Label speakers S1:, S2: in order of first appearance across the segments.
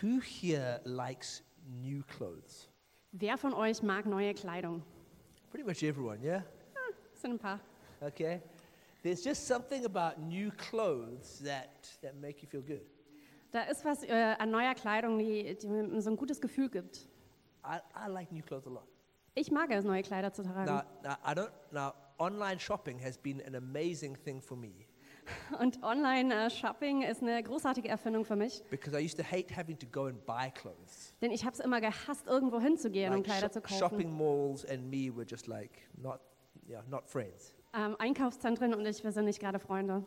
S1: Who here likes new clothes?
S2: Wer von euch mag neue Kleidung?
S1: Pretty much everyone, yeah?
S2: Ah, sind ein paar.
S1: Okay? There's just something about new clothes that, that make you feel good.
S2: Da ist was äh, an neuer Kleidung, die, die mir so ein gutes Gefühl gibt.
S1: I, I like new clothes a lot.
S2: Ich mag es, neue Kleider zu tragen.
S1: Now, now, I don't, now, online shopping has been an amazing thing for me
S2: Und Online-Shopping ist eine großartige Erfindung für mich,
S1: because I used to hate having to go and buy clothes.
S2: denn ich habe es immer gehasst, irgendwo hinzugehen und
S1: Like
S2: Kleider
S1: sho-
S2: zu kaufen.
S1: shopping malls and me were just like not, yeah, not friends.
S2: Ähm, Einkaufszentren und ich, wir sind nicht gerade Freunde.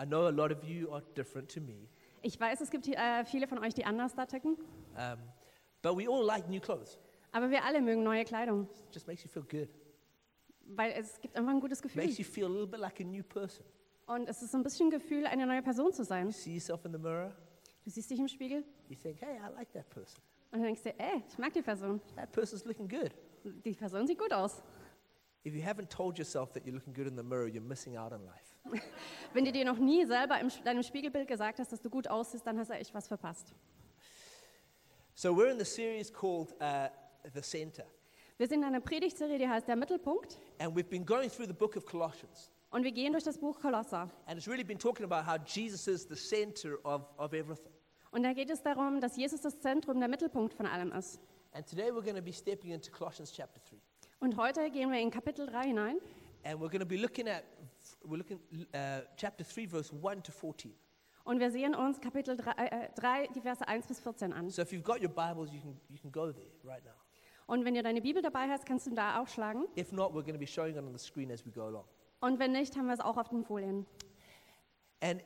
S1: I know a lot of you are different to me,
S2: Ich weiß, es gibt hier, äh, viele von euch, die anders da ticken,
S1: um, but we all like new clothes.
S2: aber wir alle mögen neue Kleidung,
S1: It just makes you feel good.
S2: weil es gibt einfach ein gutes Gefühl.
S1: Makes you feel a little bit like a new person.
S2: Und es ist so ein bisschen Gefühl, eine neue Person zu sein.
S1: You see yourself in the mirror,
S2: Du siehst dich im Spiegel
S1: you think, hey, I like that person.
S2: und dann denkst dir, ey, ich mag die Person.
S1: That person's looking good.
S2: Die Person sieht gut aus.
S1: If you haven't told yourself that you're looking good in the mirror, you're missing out on life.
S2: Wenn du dir noch nie selber im Sch- deinem Spiegelbild gesagt hast, dass du gut aussiehst, dann hast du echt was verpasst.
S1: So we're in the series called uh, The Center,
S2: Wir sind in einer Predigtserie, die heißt Der Mittelpunkt.
S1: and we've been going through the book of Colossians.
S2: Und wir gehen durch das Buch Kolosser.
S1: And it's really been talking about how Jesus is the center of, of everything.
S2: Und da geht es darum, dass Jesus das Zentrum, der Mittelpunkt von allem ist.
S1: And today we're going to be stepping into Colossians chapter 3.
S2: Und heute gehen wir in Kapitel 3 hinein.
S1: And we're going to be looking at, we're looking uh, chapter 3, verse 1 to 14.
S2: Und wir sehen uns Kapitel 3, äh, 3, die Verse 1 bis 14 an.
S1: So if you've got your Bibles, you can, you can go there right now.
S2: Und wenn du deine Bibel dabei hast, kannst du da aufschlagen.
S1: If not, we're going to be showing it on the screen as we go along.
S2: Und wenn nicht, haben wir es auch auf den Folien.
S1: And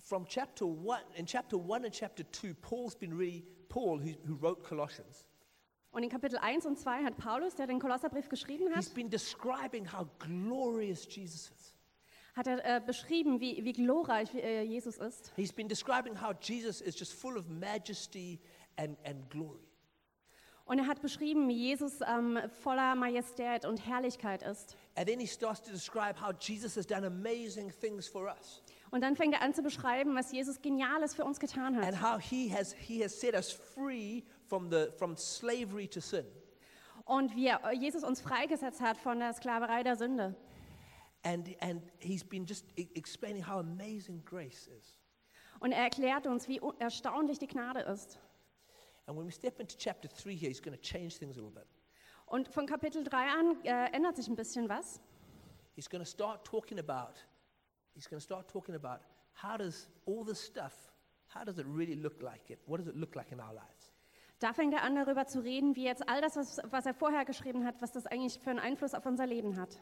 S1: from chapter 1, in chapter 1 and chapter 2, Paul's been really, Paul, who, who wrote Colossians,
S2: Und in Kapitel 1 und 2 hat Paulus, der den Kolosserbrief geschrieben
S1: he's
S2: hat,
S1: been describing how glorious Jesus is.
S2: hat er äh, beschrieben, wie, wie glorreich äh, Jesus ist.
S1: He's been describing how Jesus is just full of majesty and, and glory.
S2: Und er hat beschrieben, wie Jesus ähm, voller Majestät und Herrlichkeit ist.
S1: And then he starts to describe how Jesus has done amazing things for us
S2: Und dann fängt er an zu beschreiben, was Jesus Geniales für uns getan hat.
S1: and how he has, he has set us free from, the, from slavery to sin.
S2: Und wie er- äh, Jesus uns freigesetzt hat von der Sklaverei der Sünde.
S1: And, and he's been just e- explaining how amazing grace is.
S2: Und er erklärt uns, wie u- erstaunlich die Gnade ist.
S1: And when we step into chapter 3 here, he's going to change things a little bit.
S2: Und von Kapitel 3 an äh, ändert sich ein bisschen was.
S1: He's going to start talking about, he's going to start talking about how does all this stuff, how does it really look like it? What does it look like in our lives?
S2: Da fängt er an, darüber zu reden, wie jetzt all das, was, was er vorher geschrieben hat, was das eigentlich für einen Einfluss auf unser Leben hat.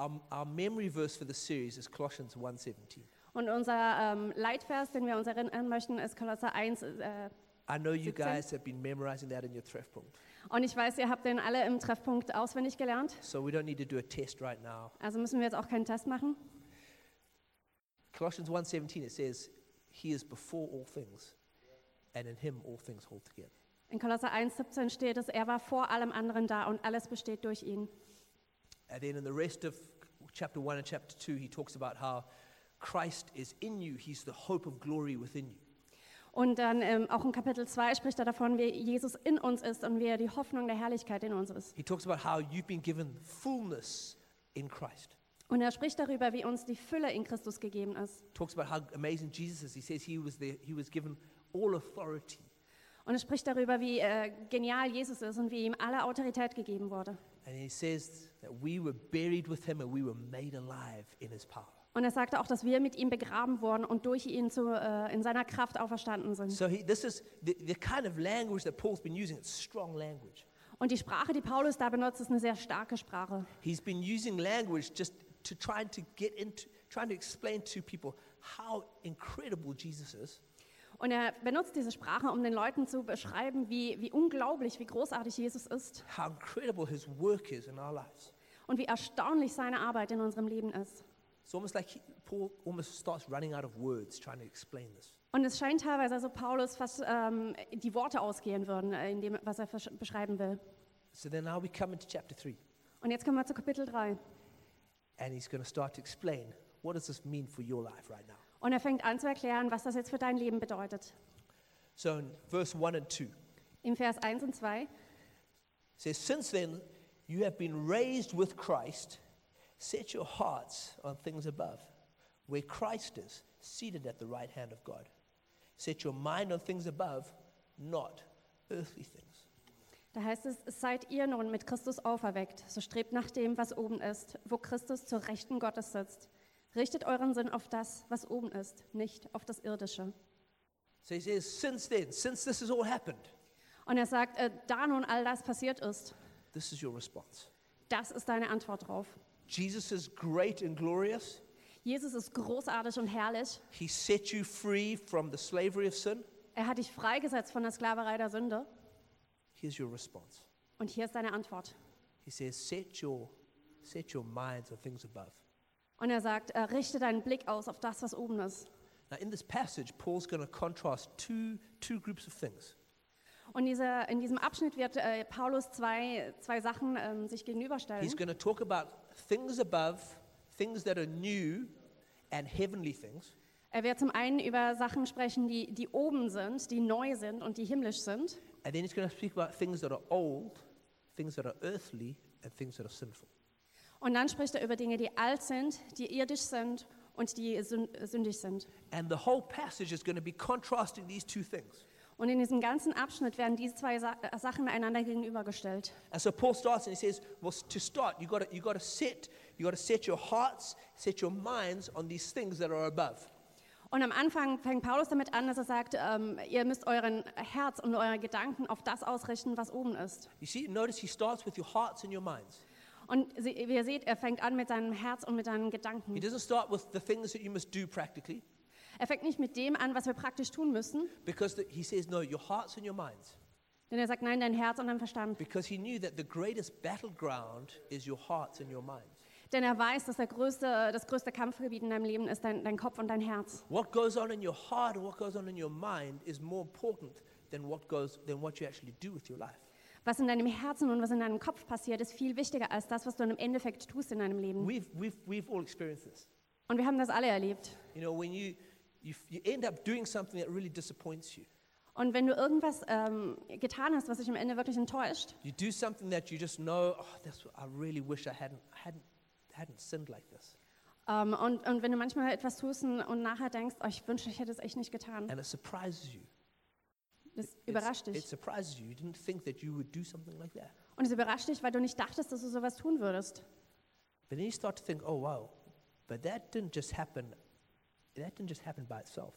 S1: Our, our memory verse for the series is Colossians 1.17.
S2: Und unser ähm, Leitvers, den wir uns erinnern möchten, ist Kolosser 1. Äh,
S1: I know you
S2: 16.
S1: guys have been memorizing that in your Treffpunkt,
S2: und ich weiß, ihr habt den alle im Treffpunkt auswendig gelernt.
S1: so we don't need to do a test right now.
S2: Also müssen wir jetzt auch keinen Test machen.
S1: Colossians 1.17, it says, He is before all things, and in Him all things hold together.
S2: In Kolosser 1,17 steht es, er war vor allem anderen da und alles besteht durch ihn.
S1: And then in the rest of chapter 1 and chapter 2, he talks about how Christ is in you, He's the hope of glory within you.
S2: Und dann ähm, auch in Kapitel 2 spricht er davon, wie Jesus in uns ist und wie er die Hoffnung der Herrlichkeit in uns ist.
S1: He talks about how you've been given fullness in Christ.
S2: Und er spricht darüber, wie uns die Fülle in Christus gegeben ist.
S1: Talks about how amazing Jesus is. He says he was, the, he was given all authority.
S2: Und er spricht darüber, wie äh, genial Jesus ist und wie ihm alle Autorität gegeben wurde.
S1: And he says that we were buried with him and we were made alive in his power.
S2: Und er sagte auch, dass wir mit ihm begraben wurden und durch ihn zu, äh, in seiner Kraft auferstanden sind.
S1: So he, this is the, the kind of language that Paul's been using. It's strong language.
S2: Und die Sprache, die Paulus da benutzt, ist eine sehr starke Sprache.
S1: He's been using language just to try to get into, trying to explain to people how incredible Jesus is
S2: Und er benutzt diese Sprache, um den Leuten zu beschreiben, wie, wie unglaublich, wie großartig Jesus ist
S1: how incredible his work is in our lives.
S2: und wie erstaunlich seine Arbeit in unserem Leben ist.
S1: It's almost like he, Paul almost starts running out of words trying to explain this.
S2: Und es scheint teilweise, also Paulus fast ähm, die Worte ausgehen würden, äh, in dem, was er versch- beschreiben will.
S1: So then now we come into chapter 3,
S2: Und jetzt kommen wir zu Kapitel 3.
S1: and he's going to start to explain what does this mean for your life right now.
S2: Und er fängt an zu erklären, was das jetzt für dein Leben bedeutet.
S1: So in verse 1 and 2 it
S2: Im Vers 1 und 2.
S1: says, Since then you have been raised with Christ, set your hearts on things above, where Christ is, seated at the right hand of God. Set your mind on things above, not earthly things.
S2: Da heißt es, seid ihr nun mit Christus auferweckt, so strebt nach dem, was oben ist, wo Christus zur Rechten Gottes sitzt. Richtet euren Sinn auf das, was oben ist, nicht auf das Irdische.
S1: So he says, Since then, since this has all happened,
S2: Und er sagt, äh, da nun all das passiert ist,
S1: this is your response.
S2: das ist deine Antwort drauf.
S1: Jesus is great and glorious.
S2: Jesus ist großartig und herrlich.
S1: He set you free from the slavery of sin.
S2: Er hat dich freigesetzt von der Sklaverei der Sünde.
S1: Here's your response.
S2: Und hier ist deine Antwort.
S1: He says, set your, set your minds on things above.
S2: Und er sagt, äh, richte deinen Blick aus auf das, was oben ist.
S1: Now, in this passage, Paul's going to contrast two, two groups of things.
S2: Und diese, in diesem Abschnitt wird äh, Paulus zwei, zwei Sachen ähm, sich gegenüberstellen.
S1: He's going to talk about things above, things that are new, and heavenly things.
S2: Er wird zum einen über Sachen sprechen, die, die oben sind, die neu sind und die himmlisch sind.
S1: And then he's going to speak about things that are old, things that are earthly, and things that are sinful.
S2: Und dann spricht er über Dinge, die alt sind, die irdisch sind und die sün- äh, sündig sind.
S1: And the whole passage is going to be contrasting these two things.
S2: Und in diesem ganzen Abschnitt werden diese zwei Sa äh, Sachen einander gegenübergestellt.
S1: And so Paul starts and he says, well, s- to start, you got to you got to set you got to set your hearts, set your minds on these things that are above.
S2: Und am Anfang fängt Paulus damit an, dass er sagt, ähm, ihr müsst euren Herz und eure Gedanken auf das ausrichten, was oben ist.
S1: You see, notice he starts with your hearts and your minds.
S2: Und sie, wie ihr seht, er fängt an mit seinem Herz und mit seinen
S1: He
S2: Gedanken.
S1: doesn't start with the things that you must do practically,
S2: Er fängt nicht mit dem an, was wir praktisch tun müssen,
S1: because the, he says, no, your hearts and your minds,
S2: denn er sagt, nein, dein Herz und dein Verstand.
S1: because he knew that the greatest battleground is your hearts and your minds.
S2: Denn er weiß, dass der größte, das größte Kampfgebiet in deinem Leben ist dein, dein Kopf und dein Herz.
S1: What goes on in your heart and what goes on in your mind is more important than what goes than what you actually do with your life.
S2: Was in deinem Herzen und was in deinem Kopf passiert, ist viel wichtiger als das, was du im Endeffekt tust in deinem Leben.
S1: We've we've we've all experienced this.
S2: Und wir haben das alle erlebt.
S1: You know, when you, you, f- you end up doing something that really disappoints you,
S2: Und wenn du irgendwas ähm, getan hast, was dich am Ende wirklich enttäuscht,
S1: you do something that you just know, oh, that's what I really wish I hadn't, I hadn't, hadn't sinned like this.
S2: ähm, und, und wenn du manchmal etwas tust und, und nachher denkst, oh, ich wünschte, ich hätte es echt nicht getan,
S1: And it surprises you.
S2: das
S1: Äh, It's-
S2: überrascht
S1: It
S2: dich.
S1: surprises you. You didn't think that you would do something like that.
S2: Und es überrascht dich, weil du nicht dachtest, dass du sowas tun würdest.
S1: But then you start to think, oh, wow, but that didn't just happen. That didn't just happen by itself.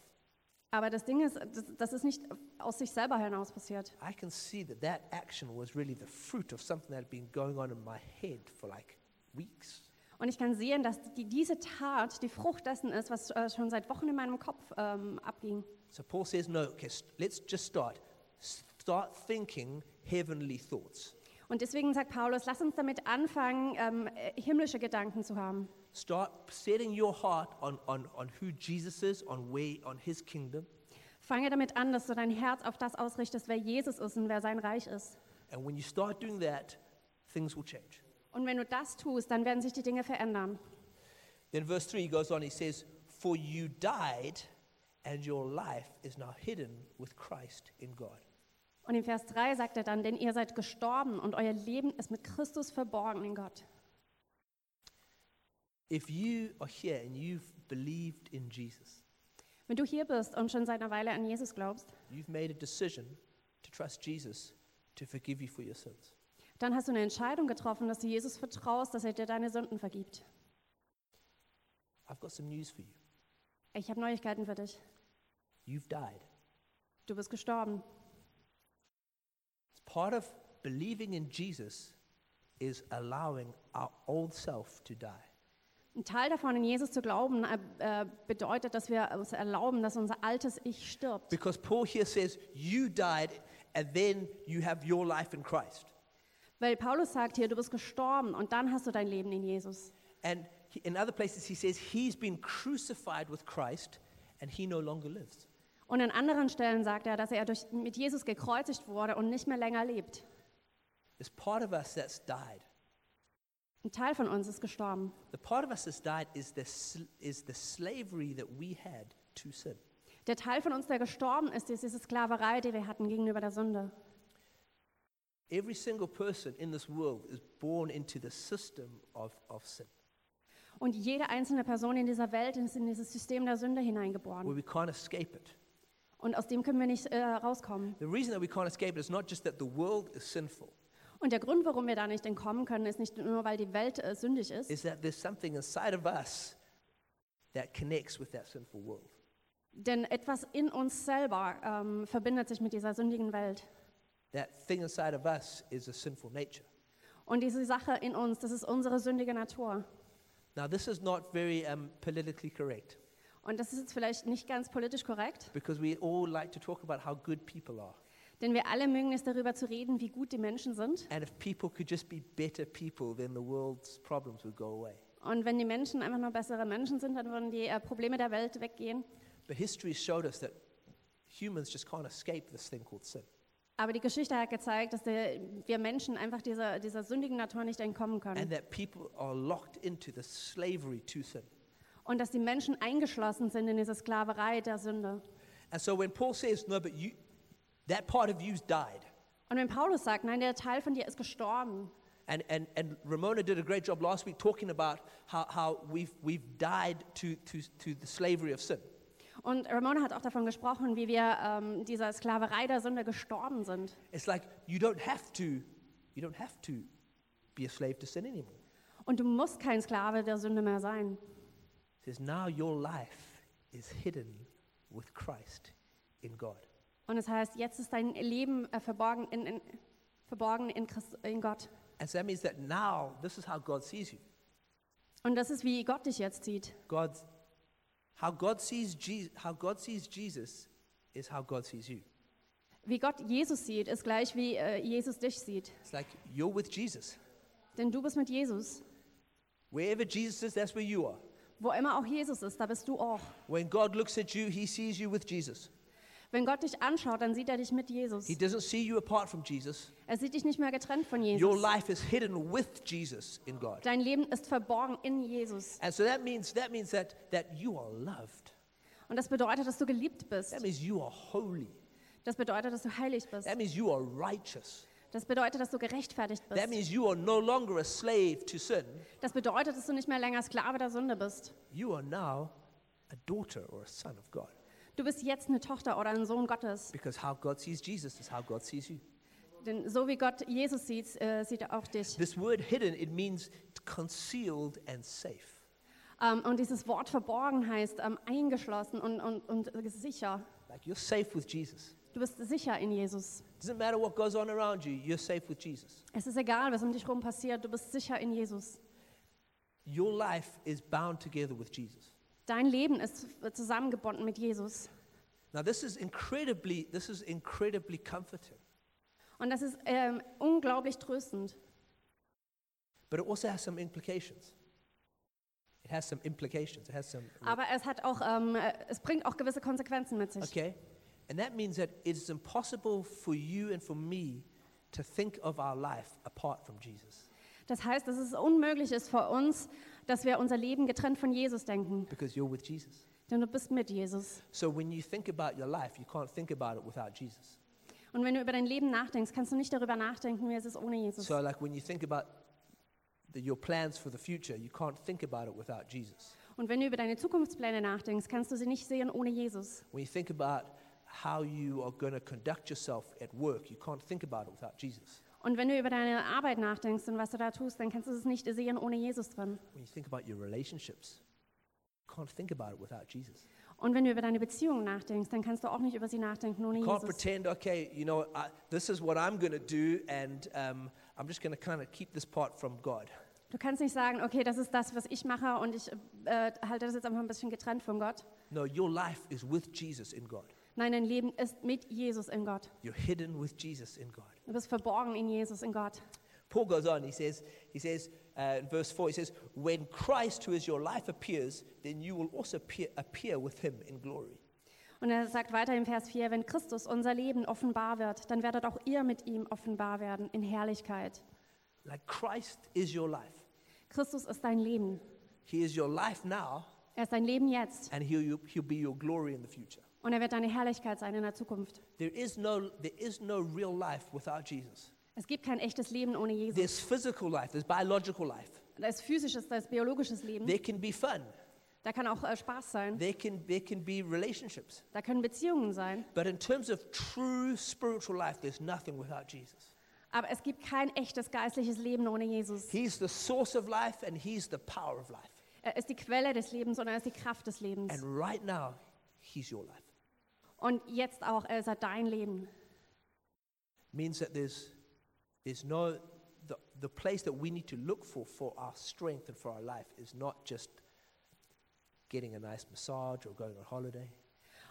S2: Aber das Ding ist, das, das ist nicht aus sich selber hinaus passiert.
S1: I can see that that action was really the fruit of something that had been going on in my head for like weeks.
S2: Und ich kann sehen, dass die, diese Tat die Frucht dessen ist, was äh, schon seit Wochen in meinem Kopf ähm, abging.
S1: So Paul says, no, okay, s- let's just start. S- Start thinking heavenly thoughts.
S2: Und deswegen sagt Paulus, lass uns damit anfangen, ähm, äh, himmlische Gedanken zu haben.
S1: Start setting your heart on, on, on who Jesus is, on way, on his kingdom.
S2: Fange damit an, dass du dein Herz auf das ausrichtest, wer Jesus ist und wer sein Reich ist.
S1: And when you start doing that, things will change.
S2: Und wenn du das tust, dann werden sich die Dinge verändern.
S1: Then verse 3 he goes on, he says, For you died, and your life is now hidden with Christ in God.
S2: Und in Vers 3 sagt er dann, denn ihr seid gestorben und euer Leben ist mit Christus verborgen in Gott.
S1: If you are here and you've believed in Jesus,
S2: Wenn du hier bist und schon seit einer Weile an Jesus glaubst,
S1: you've made a decision to trust Jesus to forgive you for your sins.
S2: dann hast du eine Entscheidung getroffen, dass du Jesus vertraust, dass er dir deine Sünden vergibt.
S1: I've got some news for you.
S2: Ich habe Neuigkeiten für dich.
S1: You've died.
S2: Du bist gestorben.
S1: Part of believing in Jesus is allowing our old self to die.
S2: Ein Teil davon, in Jesus zu glauben, äh, äh, bedeutet, dass wir uns erlauben, dass unser altes Ich stirbt.
S1: Because Paul here says, You died, and then you have your life in Christ.
S2: Weil Paulus sagt hier, du bist gestorben und dann hast du dein Leben in Jesus.
S1: And he, in other places, he says, He's been crucified with Christ, and he no longer lives.
S2: Und an anderen Stellen sagt er, dass er durch, mit Jesus gekreuzigt wurde und nicht mehr länger lebt.
S1: There's part of us that's died.
S2: Ein Teil von uns ist gestorben.
S1: The part of us that's died is the, sl- is the slavery that we had to sin.
S2: Der Teil von uns, der gestorben ist, ist diese Sklaverei, die wir hatten gegenüber der Sünde.
S1: Every single person in this world is born into the system of, of sin,
S2: Und jede einzelne Person in dieser Welt ist in dieses System der Sünde
S1: where
S2: hineingeboren.
S1: we can't escape it.
S2: Und aus dem können wir nicht äh, rauskommen.
S1: The reason that we can't escape it is not just that the world is sinful,
S2: Und der Grund, warum wir da nicht entkommen können, ist nicht nur, weil die Welt äh, sündig ist.
S1: is that there's something inside of us that connects with that sinful world.
S2: Denn etwas in uns selber ähm, verbindet sich mit dieser sündigen Welt.
S1: That thing inside of us is a sinful nature.
S2: Und diese Sache in uns, das ist unsere sündige Natur.
S1: Now, this is not very um, politically correct
S2: Und das ist jetzt vielleicht nicht ganz politisch korrekt,
S1: because we all like to talk about how good people are.
S2: denn wir alle mögen es darüber zu reden, wie gut die Menschen sind.
S1: And if people could just be better people, then the world's problems would go away.
S2: Und wenn die Menschen einfach nur bessere Menschen sind, dann würden die äh, Probleme der Welt weggehen.
S1: But history showed us that humans just can't escape this thing called sin.
S2: Aber die Geschichte hat gezeigt, dass der, wir Menschen einfach dieser, dieser sündigen Natur nicht entkommen
S1: And
S2: können.
S1: that people are locked into the slavery to sin.
S2: Und dass die Menschen eingeschlossen sind in diese Sklaverei der Sünde.
S1: And so when Paul says, no, but you, that part of you's died.
S2: Und wenn Paulus sagt, nein, der Teil von dir ist gestorben,
S1: And, and, and Ramona did a great job last week talking about how, how we've, we've died to, to, to the slavery of sin.
S2: Und Ramona hat auch davon gesprochen, wie wir ähm, dieser Sklaverei der Sünde gestorben sind.
S1: It's like you don't have to, you don't have to be a slave to sin anymore.
S2: Und du musst kein Sklave der Sünde mehr sein.
S1: It says now your life is hidden with Christ in God.
S2: Und es heißt, jetzt ist dein Leben äh, verborgen, in, in, verborgen in, Christ, in Gott.
S1: And so that means that now this is how God sees you.
S2: Und das ist, wie Gott dich jetzt sieht.
S1: God's, how God sees Jesus, how God sees Jesus is how God sees you.
S2: Wie Gott Jesus sieht, ist gleich, wie äh, Jesus dich sieht.
S1: It's like you're with Jesus.
S2: Denn du bist mit Jesus.
S1: Wherever Jesus is, that's where you are.
S2: Wo immer auch Jesus ist, da bist du auch.
S1: When God looks at you, he sees you with Jesus.
S2: Wenn Gott dich anschaut, dann sieht er dich mit Jesus.
S1: He doesn't see you apart from Jesus.
S2: Er sieht dich nicht mehr getrennt von
S1: Your
S2: Jesus.
S1: life is hidden with Jesus in God.
S2: Dein Leben ist verborgen in Jesus.
S1: And so that means that means that that you are loved.
S2: Und das bedeutet, dass du geliebt bist.
S1: That means you are holy.
S2: Das bedeutet, dass du heilig bist.
S1: That means you are righteous.
S2: Das bedeutet, dass du gerechtfertigt
S1: That
S2: bist.
S1: means you are no longer a slave to sin.
S2: Das bedeutet, dass du nicht mehr länger Sklave der Sünde bist.
S1: You are now a daughter or a son of God.
S2: Du bist jetzt eine Tochter oder ein Sohn Gottes.
S1: Because how God sees Jesus is how God sees you.
S2: Denn so wie Gott Jesus sieht, äh, sieht er auch dich.
S1: This word hidden, it means concealed and safe.
S2: Ähm, und dieses Wort verborgen heißt ähm, eingeschlossen und, und, und sicher.
S1: Like you're safe with Jesus.
S2: Du bist sicher in Jesus.
S1: Doesn't matter what goes on around you, you're safe with Jesus.
S2: Es ist egal, was um dich herum passiert. Du bist sicher in Jesus.
S1: Your life is bound together with Jesus.
S2: Dein Leben ist zusammengebunden mit Jesus.
S1: Now this is incredibly this is incredibly comforting,
S2: Und das ist ähm, unglaublich tröstend.
S1: but it also has some implications. It has some implications. It has some
S2: Aber es, hat auch, ähm, äh, es bringt auch gewisse Konsequenzen mit sich.
S1: Okay? And that means that it is impossible for you and for me to think of our life apart from Jesus
S2: Das heißt, dass es unmöglich ist für uns, dass wir unser Leben getrennt von Jesus denken.
S1: because you're with Jesus.
S2: Denn du bist mit Jesus.
S1: So when you think about your life, you can't think about it without Jesus.
S2: Und wenn du über dein Leben nachdenkst, kannst du nicht darüber nachdenken, wie es ist ohne Jesus.
S1: So, like when you think about the, your plans for the future, you can't think about it without Jesus.
S2: Und wenn du über deine Zukunftspläne nachdenkst, kannst du sie nicht sehen ohne Jesus.
S1: When you think about how you are going to conduct yourself at work, you can't think about it without Jesus.
S2: Und wenn du über deine Arbeit nachdenkst und was du da tust, dann kannst du es nicht sehen ohne Jesus drin.
S1: When you think about your relationships, you can't think about it without Jesus.
S2: Und wenn du über deine Beziehung nachdenkst, dann kannst du auch nicht über sie nachdenken ohne
S1: You can't
S2: Jesus.
S1: pretend, okay, you know, I, this is what I'm going to do, and um, I'm just going to kind of keep this part from God.
S2: Du kannst nicht sagen, okay, das ist das, was ich mache und ich äh, halte das jetzt einfach ein bisschen getrennt von Gott.
S1: No, your life is with Jesus in God.
S2: Nein, dein Leben ist mit Jesus in Gott.
S1: You're hidden with Jesus in God.
S2: Du bist verborgen in Jesus, in Gott.
S1: Paul goes on, he says, he says uh, in verse 4, he says, When Christ, who is your life, appears, then you will also appear, appear with him in glory.
S2: Und er sagt weiter im Vers 4, wenn Christus unser Leben offenbar wird, dann werdet auch ihr mit ihm offenbar werden in Herrlichkeit.
S1: Like Christ is your life.
S2: Christus ist dein Leben.
S1: He is your life now,
S2: Er ist dein Leben jetzt
S1: and he'll, he'll be your glory in the future.
S2: Und er wird deine Herrlichkeit sein in der Zukunft.
S1: There is no, there is no real life without Jesus.
S2: Es gibt kein echtes Leben ohne Jesus.
S1: There's physical life, there's biological life.
S2: Da ist physisches, da ist biologisches Leben.
S1: There can be fun,
S2: Da kann auch äh, Spaß sein.
S1: there can, there can be relationships.
S2: Da können Beziehungen sein.
S1: But in terms of true spiritual life, there's nothing without Jesus.
S2: Aber es gibt kein echtes geistliches Leben ohne Jesus.
S1: He's the source of life and He's the power of life.
S2: Er ist die Quelle des Lebens und er ist die Kraft des Lebens.
S1: And right now, He's your life.
S2: Und jetzt auch, er ist er dein Leben.
S1: means that there's, there's no, the, the place that we need to look for for our strength and for our life is not just getting a nice massage or going on holiday.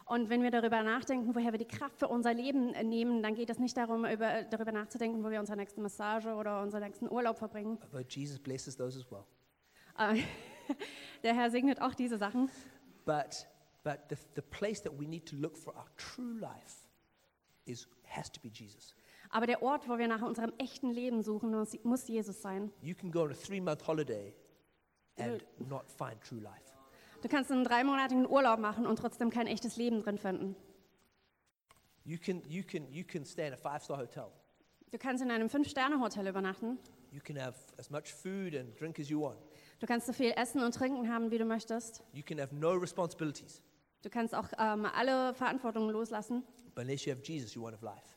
S2: Und wenn wir darüber nachdenken, woher wir die Kraft für unser Leben äh, nehmen, dann geht es nicht darum, über, darüber nachzudenken, wo wir unsere nächste Massage oder unseren nächsten Urlaub verbringen.
S1: Although Jesus blesses those as well.
S2: Äh, Der Herr segnet auch diese Sachen.
S1: But, but the, the place that we need to look for our true life is, has to be Jesus.
S2: Aber der Ort, wo wir nach unserem echten Leben suchen, muss- muss Jesus sein.
S1: You can go on a three month holiday and not find true life.
S2: Du kannst einen dreimonatigen Urlaub machen und trotzdem kein echtes Leben drin finden.
S1: You can, you can, you can stay in a five star hotel.
S2: Du kannst in einem Fünf-Sterne-Hotel übernachten.
S1: You can have as much food and drink as you want.
S2: Du kannst so viel Essen und Trinken haben, wie du möchtest.
S1: You can have no responsibilities.
S2: Du kannst auch ähm, alle Verantwortungen loslassen.
S1: But unless you have Jesus, you won't have life.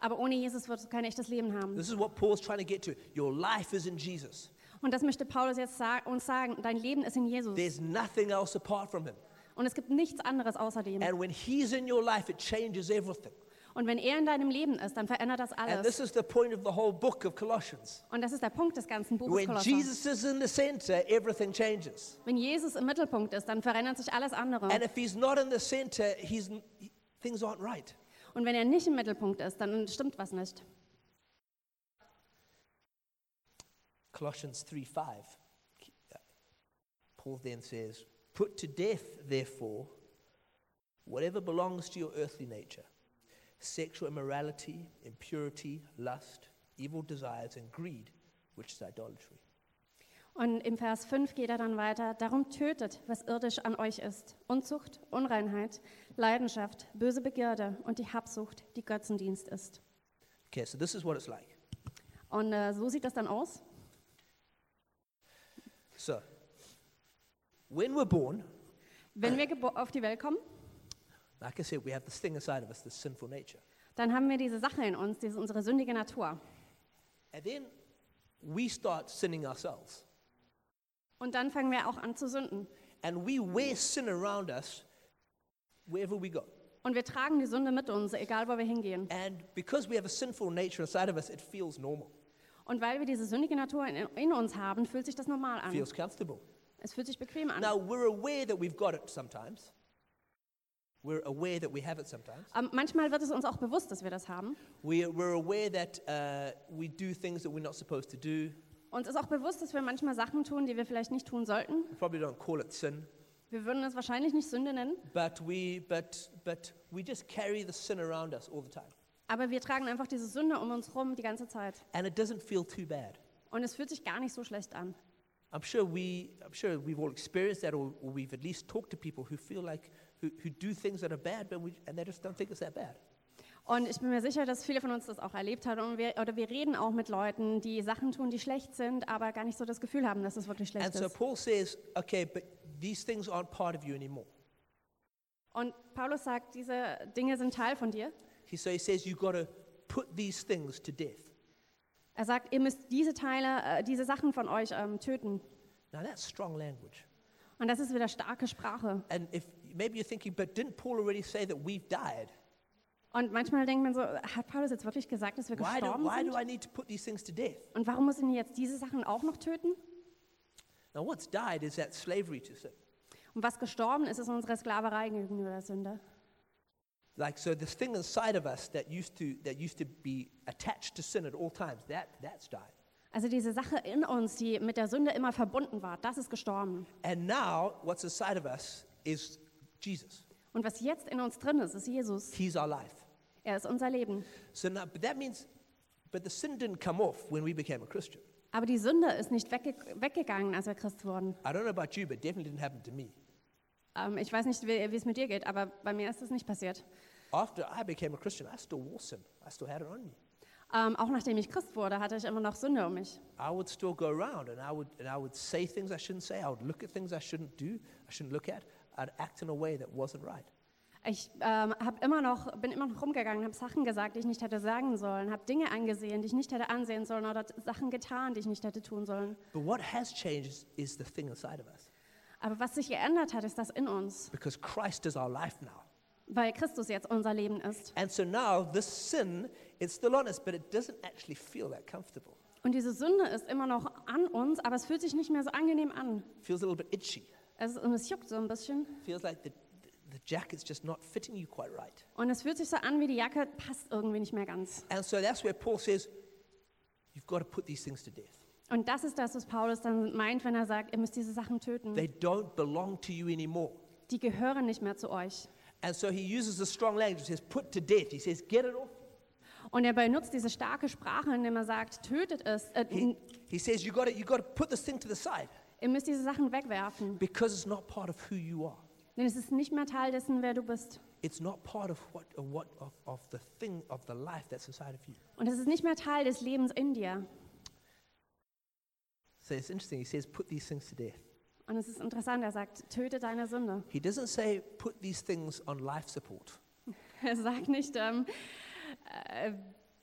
S2: Aber ohne Jesus wirst du kein echtes Leben haben.
S1: This is what Paul's trying to get to. Your life is in Jesus.
S2: Und das möchte Paulus jetzt sa uns sagen. Dein Leben ist in Jesus.
S1: There's nothing else apart from him.
S2: Und es gibt nichts anderes außer dem.
S1: And when he's in your life, it changes everything.
S2: Und wenn er in deinem Leben ist, dann verändert das
S1: And
S2: alles.
S1: this is the point of the whole book of Colossians.
S2: Und das ist der Punkt des ganzen Buches
S1: When
S2: Kolosser.
S1: Jesus is in the center, everything changes.
S2: Wenn Jesus im Mittelpunkt ist, dann verändert sich alles andere.
S1: And if he's not in the center, he's, he- things aren't right.
S2: Und wenn er nicht im Mittelpunkt ist, dann stimmt was nicht.
S1: Colossians 3 5. Paul then says, Put to death, therefore, whatever belongs to your earthly nature sexual immorality, impurity, lust, evil desires, and greed, which is idolatry.
S2: Und im Vers 5 geht er dann weiter, darum tötet, was irdisch an euch ist. Unzucht, Unreinheit, Leidenschaft, böse Begierde und die Habsucht, die Götzendienst ist.
S1: Okay, so this is what it's like.
S2: Und äh, so sieht das dann aus.
S1: So, when we're born,
S2: Wenn wir gebo- auf die Welt kommen,
S1: like I said, we have this thing inside of us, this sinful nature.
S2: dann haben wir diese Sache in uns, diese unsere sündige Natur.
S1: And then we start sinning ourselves.
S2: Und dann fangen wir auch an zu sünden.
S1: And we wear sin around us wherever we go.
S2: Und wir tragen die Sünde mit uns, egal wo wir hingehen.
S1: And because we have a sinful nature inside of us, it feels normal,
S2: Und weil wir diese sündige Natur in, in uns haben, fühlt sich das normal an.
S1: feels comfortable.
S2: Es fühlt sich bequem an.
S1: Now, we're aware that we've got it sometimes. We're aware that we have it sometimes.
S2: Ähm, manchmal wird es uns auch bewusst, dass wir das haben.
S1: We, we're aware that uh, we do things that we're not supposed to do.
S2: Uns ist auch bewusst, dass wir manchmal Sachen tun, die wir vielleicht nicht tun sollten.
S1: We probably don't call it sin,
S2: Wir würden es wahrscheinlich nicht Sünde nennen,
S1: but we, but, but we just carry the sin around us all the time.
S2: aber wir tragen einfach diese Sünde um uns rum die ganze Zeit.
S1: And it doesn't feel too bad.
S2: Und es fühlt sich gar nicht so schlecht an.
S1: I'm sure, we, I'm sure we've all experienced that, or, or we've at least talked to people who feel like, who, who do things that are bad, but we, and they just don't think it's that bad.
S2: Und ich bin mir sicher, dass viele von uns das auch erlebt haben. Und wir, oder wir reden auch mit Leuten, die Sachen tun, die schlecht sind, aber gar nicht so das Gefühl haben, dass es wirklich
S1: And
S2: schlecht
S1: so
S2: ist.
S1: Paul says, okay, but these things aren't part of you anymore.
S2: Und Paulus sagt, diese Dinge sind Teil von dir.
S1: He, so he says, you've got to put these things to death.
S2: Er sagt, ihr müsst diese Teile, äh, diese Sachen von euch ähm, töten.
S1: Now that's strong language.
S2: Und das ist wieder starke Sprache.
S1: And if maybe you're thinking, but didn't Paul already say that we've died?
S2: Und manchmal denkt man so, hat Paulus jetzt wirklich gesagt, dass wir
S1: Why do,
S2: gestorben
S1: why
S2: sind?
S1: do I need to put these things to death?
S2: Und warum muss ihn jetzt diese Sachen auch noch töten?
S1: Now, what's died is that slavery to sin.
S2: Und was gestorben ist, ist unsere Sklaverei gegenüber der Sünde.
S1: Like, so this thing inside of us that used to, that used to be attached to sin at all times, that, that's died.
S2: Also diese Sache in uns, die mit der Sünde immer verbunden war, das ist gestorben.
S1: And now, what's inside of us is Jesus.
S2: Und was jetzt in uns drin ist, ist Jesus.
S1: He's our life.
S2: Er ist unser Leben.
S1: So now, but that means, but the sin didn't come off when we became a Christian.
S2: Aber die Sünde ist nicht wegge weggegangen, als wir Christ wurden.
S1: I don't know about you, but definitely didn't happen to me.
S2: Äh, Ähm, ich weiß nicht, wie wie es mit dir geht, aber bei mir ist es nicht passiert.
S1: After I became a Christian, I still wore sin. I still had it on me.
S2: Ähm, auch nachdem ich Christ wurde, hatte ich immer noch Sünde um mich.
S1: I would still go around and I would, and I would say things I shouldn't say. I would look at things I shouldn't do, I shouldn't look at. I'd act in a way that wasn't right.
S2: Ich ähm, hab immer noch, bin immer noch rumgegangen, habe Sachen gesagt, die ich nicht hätte sagen sollen, habe Dinge angesehen, die ich nicht hätte ansehen sollen oder t- Sachen getan, die ich nicht hätte tun sollen.
S1: But what has changed is, is the thing inside of us
S2: Aber was sich geändert hat, ist das in uns,
S1: because Christ is our life now.
S2: weil Christus jetzt unser Leben ist.
S1: And so now this sin is still on us, but it doesn't actually feel that comfortable.
S2: Und diese Sünde ist immer noch an uns, aber es fühlt sich nicht mehr so angenehm an.
S1: It feels a little bit itchy.
S2: Es, und es juckt so ein bisschen.
S1: It feels like the, the, the jacket's just not fitting you quite right.
S2: Und es fühlt sich so an, wie die Jacke passt irgendwie nicht mehr ganz.
S1: And so that's where Paul says, you've got to put these things to death.
S2: Und das ist das, was Paulus dann meint, wenn er sagt, ihr müsst diese Sachen töten.
S1: They don't belong to you anymore.
S2: Die gehören nicht mehr zu euch.
S1: And so he uses a strong language. He says, put to death. He says, get it off.
S2: Und er benutzt diese starke Sprache, indem er sagt, tötet es. Äh,
S1: He, he says, you got to, you got to put this thing to the side
S2: Ihr müsst diese Sachen wegwerfen.
S1: because it's not part of who you are.
S2: Denn es ist nicht mehr Teil dessen, wer du bist.
S1: It's not part of what, of what of, of the thing of the life that's inside of you.
S2: Und es ist nicht mehr Teil des Lebens in dir.
S1: So it's interesting. He says, put these things to death.
S2: Und es ist interessant, er sagt, töte deine Sünde.
S1: He doesn't say, put these things on life support.
S2: Er sagt nicht, ähm, äh,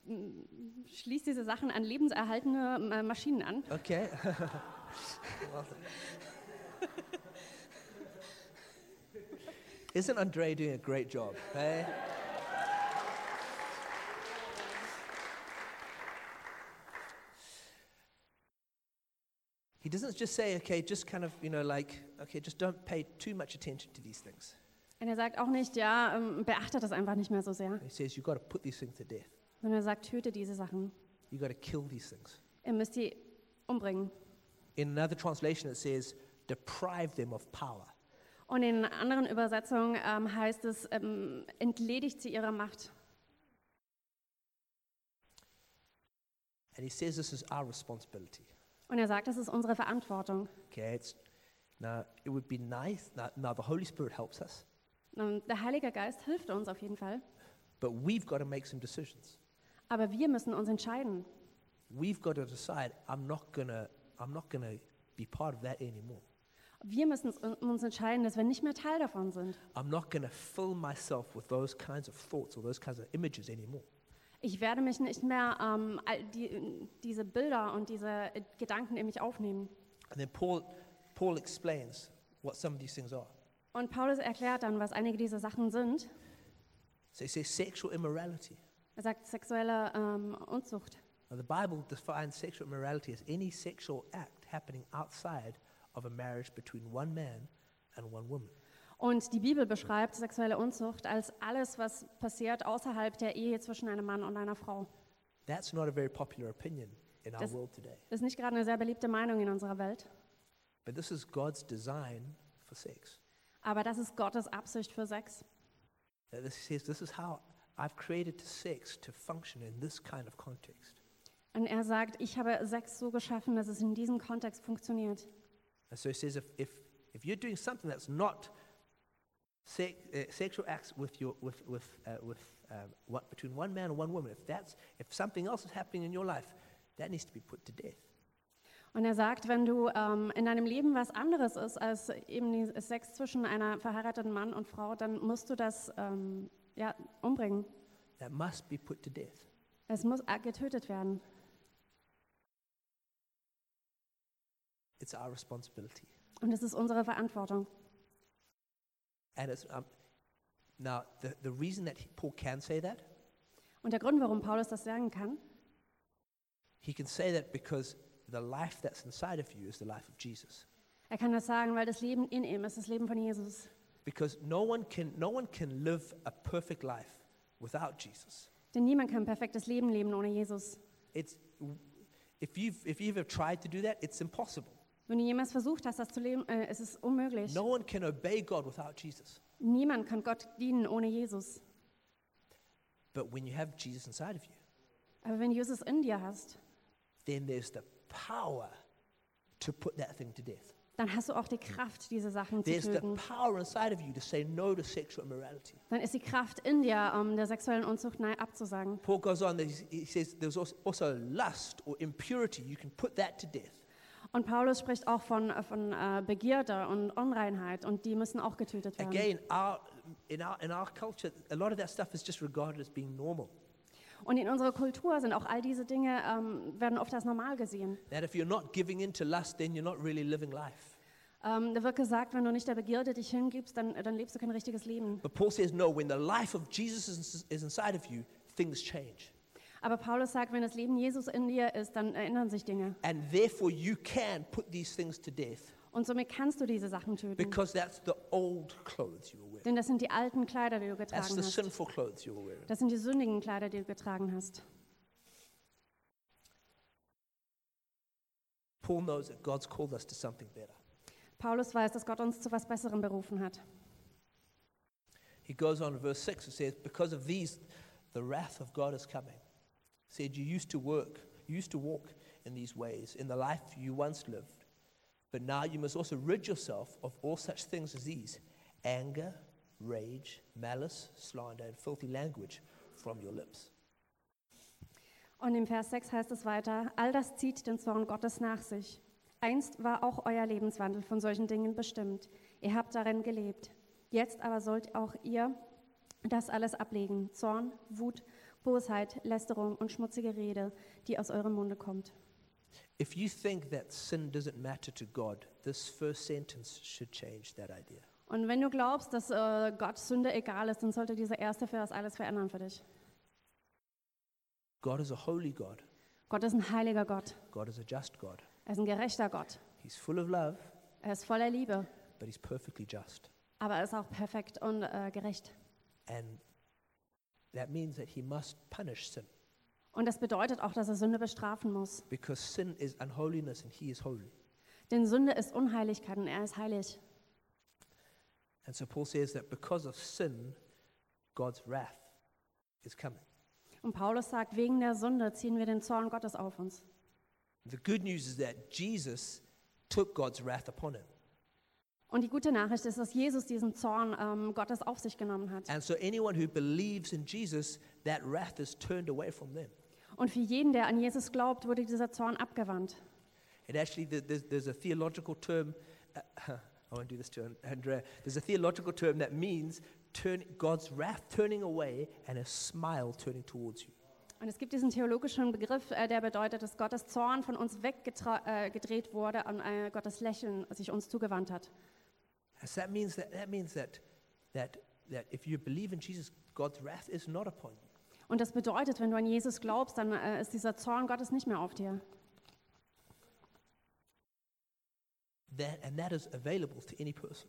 S2: m- schließ diese Sachen an lebenserhaltende äh, Maschinen an.
S1: Okay. Isn't Andre doing a great job? eh? He doesn't just say, okay, just kind of, you know, like, okay, just don't pay too much attention to these things.
S2: Und er sagt auch nicht, ja, ähm, beachtet das einfach nicht mehr so sehr.
S1: He says, you've got to put these things to death.
S2: Sondern er sagt, töte diese Sachen.
S1: You've got to kill these things.
S2: Ihr müsst sie umbringen.
S1: In another translation, it says, deprive them of power.
S2: Und in anderen Übersetzungen ähm, heißt es, ähm, entledigt sie ihrer Macht.
S1: And he says this is our responsibility.
S2: Und er sagt, das ist unsere Verantwortung.
S1: Okay, it's, now it would be nice. Now, now the Holy Spirit helps us,
S2: Ähm, Der Heilige Geist hilft uns auf jeden Fall.
S1: but we've got to make some decisions.
S2: Aber wir müssen uns entscheiden.
S1: We've got to decide. I'm not gonna. I'm not gonna be part of that anymore.
S2: Wir müssen uns- uns entscheiden, dass wir nicht mehr Teil davon sind.
S1: I'm not gonna fill myself with those kinds of thoughts or those kinds of images anymore.
S2: Ich werde mich nicht mehr ähm, all die, diese Bilder und diese äh, Gedanken in mich aufnehmen.
S1: And then Paul, Paul explains what some of these things are.
S2: Und Paulus erklärt dann, was einige dieser Sachen sind.
S1: So he says sexual immorality.
S2: Er sagt sexuelle ähm, Unzucht.
S1: Now the Bible defines sexual immorality as any sexual act happening outside of a marriage between one man and one woman.
S2: Und die Bibel beschreibt sexuelle Unzucht als alles, was passiert außerhalb der Ehe zwischen einem Mann und einer Frau.
S1: That's not a very popular opinion in our
S2: Das-
S1: world today.
S2: Das ist nicht gerade eine sehr beliebte Meinung in unserer Welt,
S1: But this is God's design for sex.
S2: aber das ist Gottes Absicht für Sex.
S1: That This says this is how I've created sex to function in this kind of context.
S2: Und er sagt, ich habe Sex so geschaffen, dass es in diesem Kontext funktioniert.
S1: And so it says if, if, if you're doing something that's not sex, uh, sexual acts with your, with, with, uh, with um, what, between one man and one woman, if, that's, if something else is happening in your life, that needs to be put to death.
S2: Und er sagt, wenn du ähm, in deinem Leben was anderes ist als eben die Sex zwischen einer verheirateten Mann und Frau, dann musst du das ähm, ja, umbringen.
S1: That must be put to death.
S2: Es muss äh, getötet werden.
S1: It's our responsibility.
S2: Und es ist unsere Verantwortung.
S1: And it's, um, now, the, the reason that he, Paul can say that
S2: Und der Grund, warum Paulus das sagen kann,
S1: He can say that because the life that's inside of you is the life of Jesus.
S2: er kann das sagen, weil das Leben in ihm ist, das Leben von Jesus.
S1: Because no one can, no one can live a perfect life without Jesus.
S2: Denn niemand kann ein perfektes Leben leben ohne Jesus.
S1: It's, if, you've, if you've ever tried to do that, it's impossible.
S2: Wenn du jemals versucht hast, das zu leben, äh, ist es unmöglich.
S1: No one can obey God without Jesus.
S2: Niemand kann Gott dienen ohne Jesus.
S1: But when you have Jesus inside of you,
S2: Aber wenn du Jesus in dir hast,
S1: then there's the power to put that thing to death.
S2: dann hast du auch die Kraft, diese Sachen zu
S1: There's the
S2: töten.
S1: power inside of you to say no to sexual immorality.
S2: Dann ist die Kraft in dir, um der sexuellen Unzucht nein abzusagen.
S1: Paul goes on, he he says there's als- also lust or impurity. You can put that to death.
S2: Und Paulus spricht auch von, von äh, Begierde und Unreinheit und die müssen auch getötet werden.
S1: Again, our, in, our, in our culture, a lot of that stuff is just regarded as being normal.
S2: Und in unserer Kultur sind auch all diese Dinge, ähm, werden oft als normal gesehen.
S1: That if you're not giving in to lust, then you're not really living life.
S2: Ähm, da wird gesagt, wenn du nicht der Begierde dich hingibst, dann, dann lebst du kein richtiges Leben.
S1: But Paul says, no, when the life of Jesus is, is inside of you, things change.
S2: Aber Paulus sagt, wenn das Leben Jesus in dir ist, dann erinnern sich Dinge.
S1: And therefore, you can put these things to death
S2: Und somit kannst du diese Sachen töten.
S1: because that's the old clothes you were wearing.
S2: Denn das sind die alten Kleider, die du
S1: That's
S2: getragen
S1: the
S2: hast.
S1: sinful clothes you were wearing.
S2: Das sind die sündigen Kleider, die du getragen hast.
S1: Paul knows that God's called us to something better.
S2: Paulus weiß, dass Gott uns zu was Besserem berufen hat.
S1: He goes on in verse 6 and says, Because of these, the wrath of God is coming. He said, You used to work, you used to walk in these ways in the life you once lived, but now you must also rid yourself of all such things as these anger, rage, malice, slander, and filthy language from your lips.
S2: Und im Vers 6 heißt es weiter, all das zieht den Zorn Gottes nach sich. Einst war auch euer Lebenswandel von solchen Dingen bestimmt. Ihr habt darin gelebt. Jetzt aber sollt auch ihr das alles ablegen. Zorn, Wut, Bosheit, Lästerung und schmutzige Rede, die aus eurem Munde kommt.
S1: If you think that sin doesn't matter to God, this first sentence should change that idea.
S2: Und wenn du glaubst, dass äh, Gott Sünde egal ist, dann sollte dieser erste Vers alles verändern für dich.
S1: God is a holy God,
S2: Gott ist ein heiliger Gott.
S1: God is a just God.
S2: Er ist ein gerechter Gott.
S1: He's full of love,
S2: Er ist voller Liebe,
S1: but he's perfectly just.
S2: aber er ist auch perfekt und äh, gerecht.
S1: And that means that he must punish sin
S2: Und das bedeutet auch, dass er Sünde bestrafen muss.
S1: because sin is unholiness and he is holy.
S2: Denn Sünde ist Unheiligkeit und er ist heilig.
S1: And so Paul says that because of sin, God's wrath is coming.
S2: Und Paulus sagt, wegen der Sünde ziehen wir den Zorn Gottes auf uns.
S1: The good news is that Jesus took God's wrath upon him.
S2: Und die gute Nachricht ist, dass Jesus diesen Zorn ähm, Gottes auf sich genommen hat.
S1: And so anyone who believes in Jesus, that wrath is turned away from them.
S2: Und für jeden, der an Jesus glaubt, wurde dieser Zorn abgewandt.
S1: It actually, there- there's, there's a theological term, uh, I won't do this to An- Andrea. There's a theological term that means turn, God's wrath turning away and a smile turning towards you.
S2: Und es gibt diesen theologischen Begriff, äh, der bedeutet, dass Gottes Zorn von uns weggedreht äh, gedreht wurde und äh, Gottes Lächeln sich uns zugewandt hat.
S1: And so that means that that means that that that if you believe in Jesus, God's wrath is not upon you.
S2: Und das bedeutet, wenn du an Jesus glaubst, dann äh, ist dieser Zorn Gottes nicht mehr auf dir.
S1: That and that is available to any person.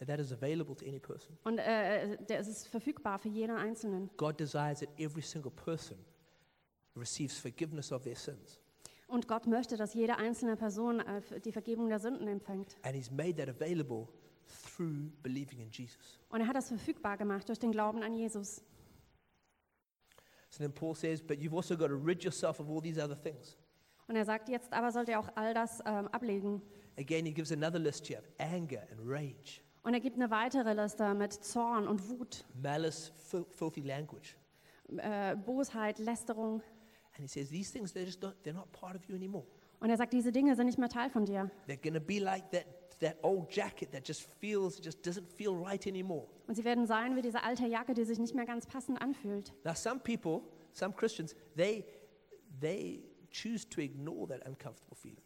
S1: And that is available to any person.
S2: Und äh, der es ist verfügbar für jeden Einzelnen.
S1: God desires that every single person receives forgiveness of their sins.
S2: Und Gott möchte, dass jede einzelne Person äh, die Vergebung der Sünden empfängt.
S1: And He's made that available through believing in Jesus.
S2: Und er hat das verfügbar gemacht durch den Glauben an Jesus.
S1: So then Paul says, but you've also got to rid yourself of all these other things.
S2: Und er sagt, jetzt aber sollt ihr auch all das ähm, ablegen.
S1: Again, he gives another list here of anger and rage,
S2: Und er gibt eine weitere Liste mit Zorn und Wut,
S1: malice, fil- filthy language.
S2: äh, Bosheit, Lästerung.
S1: And he says, these things, they're just not, they're not part of you anymore.
S2: Und er sagt, diese Dinge sind nicht mehr Teil von dir.
S1: They're going to be like that, that old jacket that just feels, just doesn't feel right anymore.
S2: Und sie werden sein wie diese alte Jacke, die sich nicht mehr ganz passend anfühlt.
S1: Now, some people, some Christians, they, they choose to ignore that uncomfortable feeling.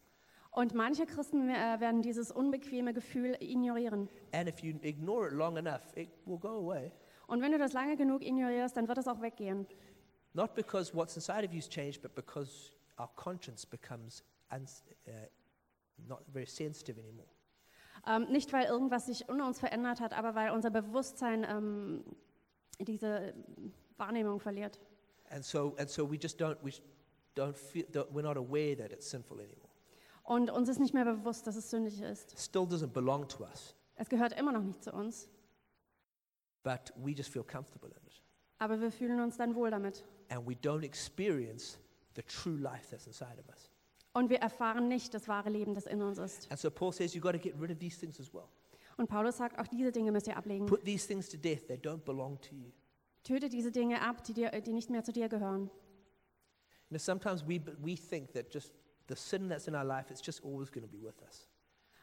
S2: Und manche Christen äh, werden dieses unbequeme Gefühl ignorieren.
S1: And if you ignore it long enough, it will go away.
S2: Und wenn du das lange genug ignorierst, dann wird es auch weggehen.
S1: Not because what's inside of you's changed, but because our conscience becomes uns uh, not very sensitive anymore.
S2: Ähm, nicht, weil irgendwas sich in uns verändert hat, aber weil unser Bewusstsein ähm, diese Wahrnehmung verliert.
S1: And so, and so we just don't, we don't feel, don't, we're not aware that it's sinful anymore.
S2: Und uns ist nicht mehr bewusst, dass es sündig ist.
S1: Still doesn't belong to us,
S2: Es gehört immer noch nicht zu uns,
S1: but we just feel comfortable in it.
S2: aber wir fühlen uns dann wohl damit.
S1: and we don't experience the true life that's inside of us.
S2: Und wir erfahren nicht das wahre Leben, das in uns ist.
S1: And so Paul says you've got to get rid of these things as well.
S2: Und Paulus sagt, auch diese Dinge müsst ihr ablegen.
S1: Put these things to death. They don't belong to you.
S2: Töte diese Dinge ab, die, dir, die nicht mehr zu dir gehören.
S1: You know, sometimes we, we think that just the sin that's in our life, it's just always going to be with us.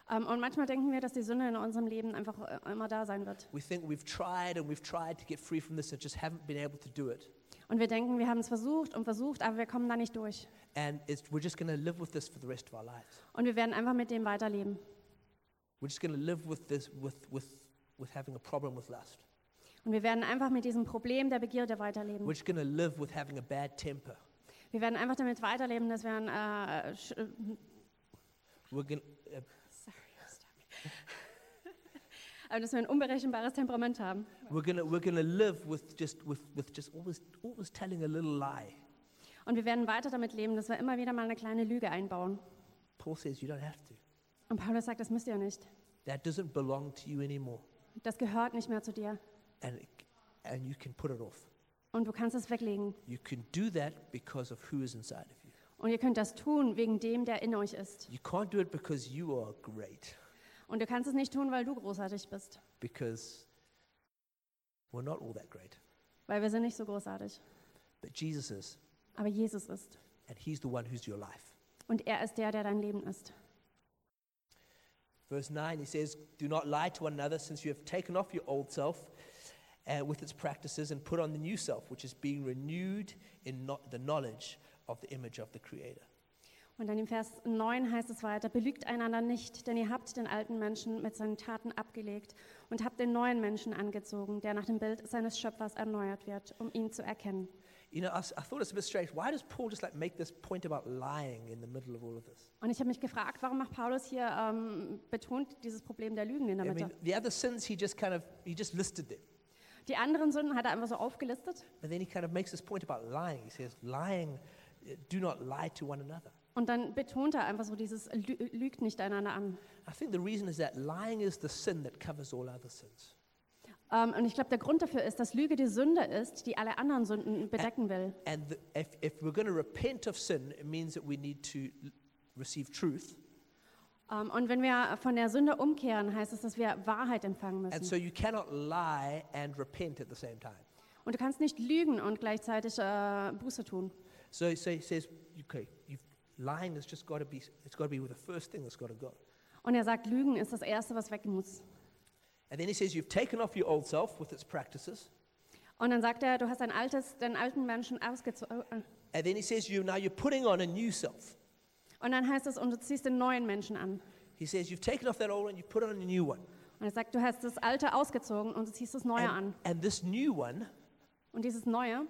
S2: Ähm, und manchmal denken wir, dass die Sünde in unserem Leben einfach äh, immer da sein wird.
S1: We think we've tried and we've tried to get free from this and just haven't been able to do it.
S2: Und wir denken, wir haben es versucht und versucht, aber wir kommen da nicht durch.
S1: And it's, we're just going to live with this for the rest of our lives.
S2: Und wir werden einfach mit dem weiterleben.
S1: We're just going to live with this, with, with, with having a problem with lust.
S2: Und wir werden einfach mit diesem Problem der Begierde weiterleben.
S1: We're just going to live with having a bad temper.
S2: Wir werden einfach damit weiterleben, dass wir ein... Äh, sch- äh,
S1: We're going uh,
S2: sorry, stop me. Aber dass wir ein unberechenbares Temperament haben.
S1: we're going to we're going to live with just with, with just always always telling a little lie.
S2: Und wir werden weiter damit leben, dass wir immer wieder mal eine kleine Lüge einbauen.
S1: Paul says you don't have to.
S2: Und Paulus sagt, das müsst ihr nicht.
S1: That doesn't belong to you anymore,
S2: Das gehört nicht mehr zu dir.
S1: and it, and you can put it off.
S2: Und du kannst es weglegen.
S1: You can do that because of who is inside of you.
S2: Und ihr könnt das tun wegen dem, der in euch ist.
S1: You can't do it because you are great,
S2: Und du kannst es nicht tun, weil du großartig bist.
S1: because we're not all that great.
S2: Weil wir sind nicht so großartig.
S1: But Jesus is,
S2: Aber Jesus ist.
S1: and He's the one who's your life.
S2: Und er ist der, der dein Leben ist.
S1: Verse 9, he says, Do not lie to one another, since you have taken off your old self uh, with its practices and put on the new self, which is being renewed in no- the knowledge of the image of the Creator.
S2: Und dann im Vers 9 heißt es weiter, belügt einander nicht, denn ihr habt den alten Menschen mit seinen Taten abgelegt und habt den neuen Menschen angezogen, der nach dem Bild seines Schöpfers erneuert wird, um ihn zu erkennen.
S1: You know, I, s- I thought it's a bit strange. Why does Paul just like make this point about lying in the middle of all of this?
S2: Und ich habe mich gefragt, warum macht Paulus hier ähm, betont dieses Problem der Lügen in der
S1: I
S2: Mitte?
S1: mean, the other sins he just kind of he just listed them,
S2: Die anderen Sünden hat er einfach so aufgelistet
S1: but then he kind of makes this point about lying. He says, "Lying, uh, do not lie to one another."
S2: und dann betont er einfach so dieses Lü lügt nicht einander an.
S1: I think the reason is that lying is the sin that covers all other sins.
S2: Ähm, und ich glaube, der Grund dafür ist, dass Lüge die Sünde ist, die alle anderen Sünden bedecken will.
S1: And the, if, if we're going to repent of sin, it means that we need to l- receive truth.
S2: Ähm, und wenn wir von der Sünde umkehren, heißt es, dass wir Wahrheit empfangen
S1: And
S2: müssen.
S1: so you cannot lie and repent at the same time.
S2: Und du kannst nicht lügen und gleichzeitig äh, Buße tun.
S1: So, so he says, okay, you've, lying has just got to be, it's got to be the first thing that's got to go.
S2: Und er sagt, Lügen ist das Erste, was weg muss.
S1: And then he says, you've taken off your old self with its practices.
S2: Und dann sagt er, du hast dein altes, deinen alten Menschen äh, ausgezogen.
S1: And then he says, you now you're putting on a new self.
S2: Und dann heißt es, und du ziehst den neuen Menschen an.
S1: He says, you've taken off that old and you put on a new one.
S2: Und er sagt, du hast das alte ausgezogen und du ziehst das neue
S1: and,
S2: an.
S1: and this new one,
S2: Und dieses neue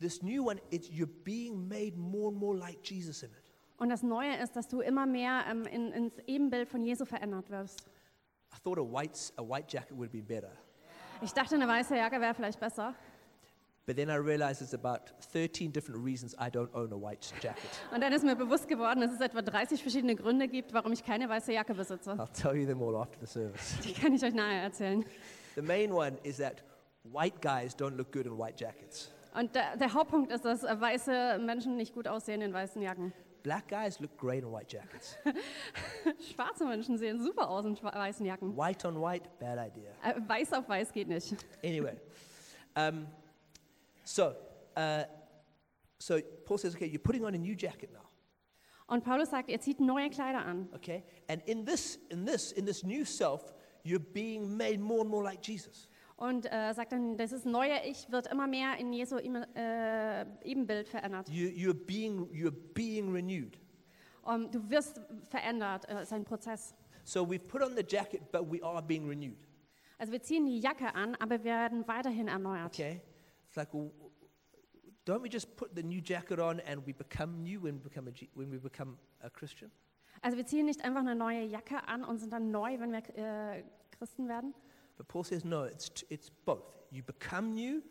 S1: this new one, it's, you're being made more and more like Jesus in it.
S2: und das neue ist, dass du immer mehr ähm, in, ins Ebenbild von Jesu verändert wirst.
S1: I thought a white, a white jacket would be better.
S2: Ich dachte, eine weiße Jacke wäre vielleicht besser.
S1: But then I realized there's about 13 different reasons I don't own a white jacket.
S2: Und dann ist mir bewusst geworden, dass es etwa 30 verschiedene Gründe gibt, warum ich keine weiße Jacke besitze.
S1: I'll tell you them all after the service.
S2: Die kann ich euch nachher erzählen.
S1: The main one is that white guys don't look good in white jackets.
S2: Und der, der Hauptpunkt ist, dass äh, weiße Menschen nicht gut aussehen in weißen Jacken.
S1: Black guys look great in white jackets.
S2: Schwarze Menschen sehen super aus in schwa- weißen Jacken.
S1: White on white, bad idea.
S2: Äh, Weiß auf weiß geht nicht.
S1: Anyway, um, so, uh, so Paul says, okay, you're putting on a new jacket now.
S2: Und Paulus sagt, ihr zieht neue Kleider an.
S1: Okay, and in this, in this, in this new self, you're being made more and more like Jesus.
S2: Und äh, sagt dann, dieses neue Ich wird immer mehr in Jesu Im- äh, Ebenbild verändert.
S1: You, you're being, you're being renewed.
S2: Um, du wirst verändert, äh, ist ein Prozess.
S1: So we've put on the jacket, but we are being renewed.
S2: Also wir ziehen die Jacke an, aber wir werden weiterhin erneuert.
S1: Okay? It's like, well, don't we just put the new jacket on and we become new when we become a, G- when we become a Christian?
S2: Also wir ziehen nicht einfach eine neue Jacke an und sind dann neu, wenn wir äh, Christen werden.
S1: But Paul says, no, it's, t- it's both. You become new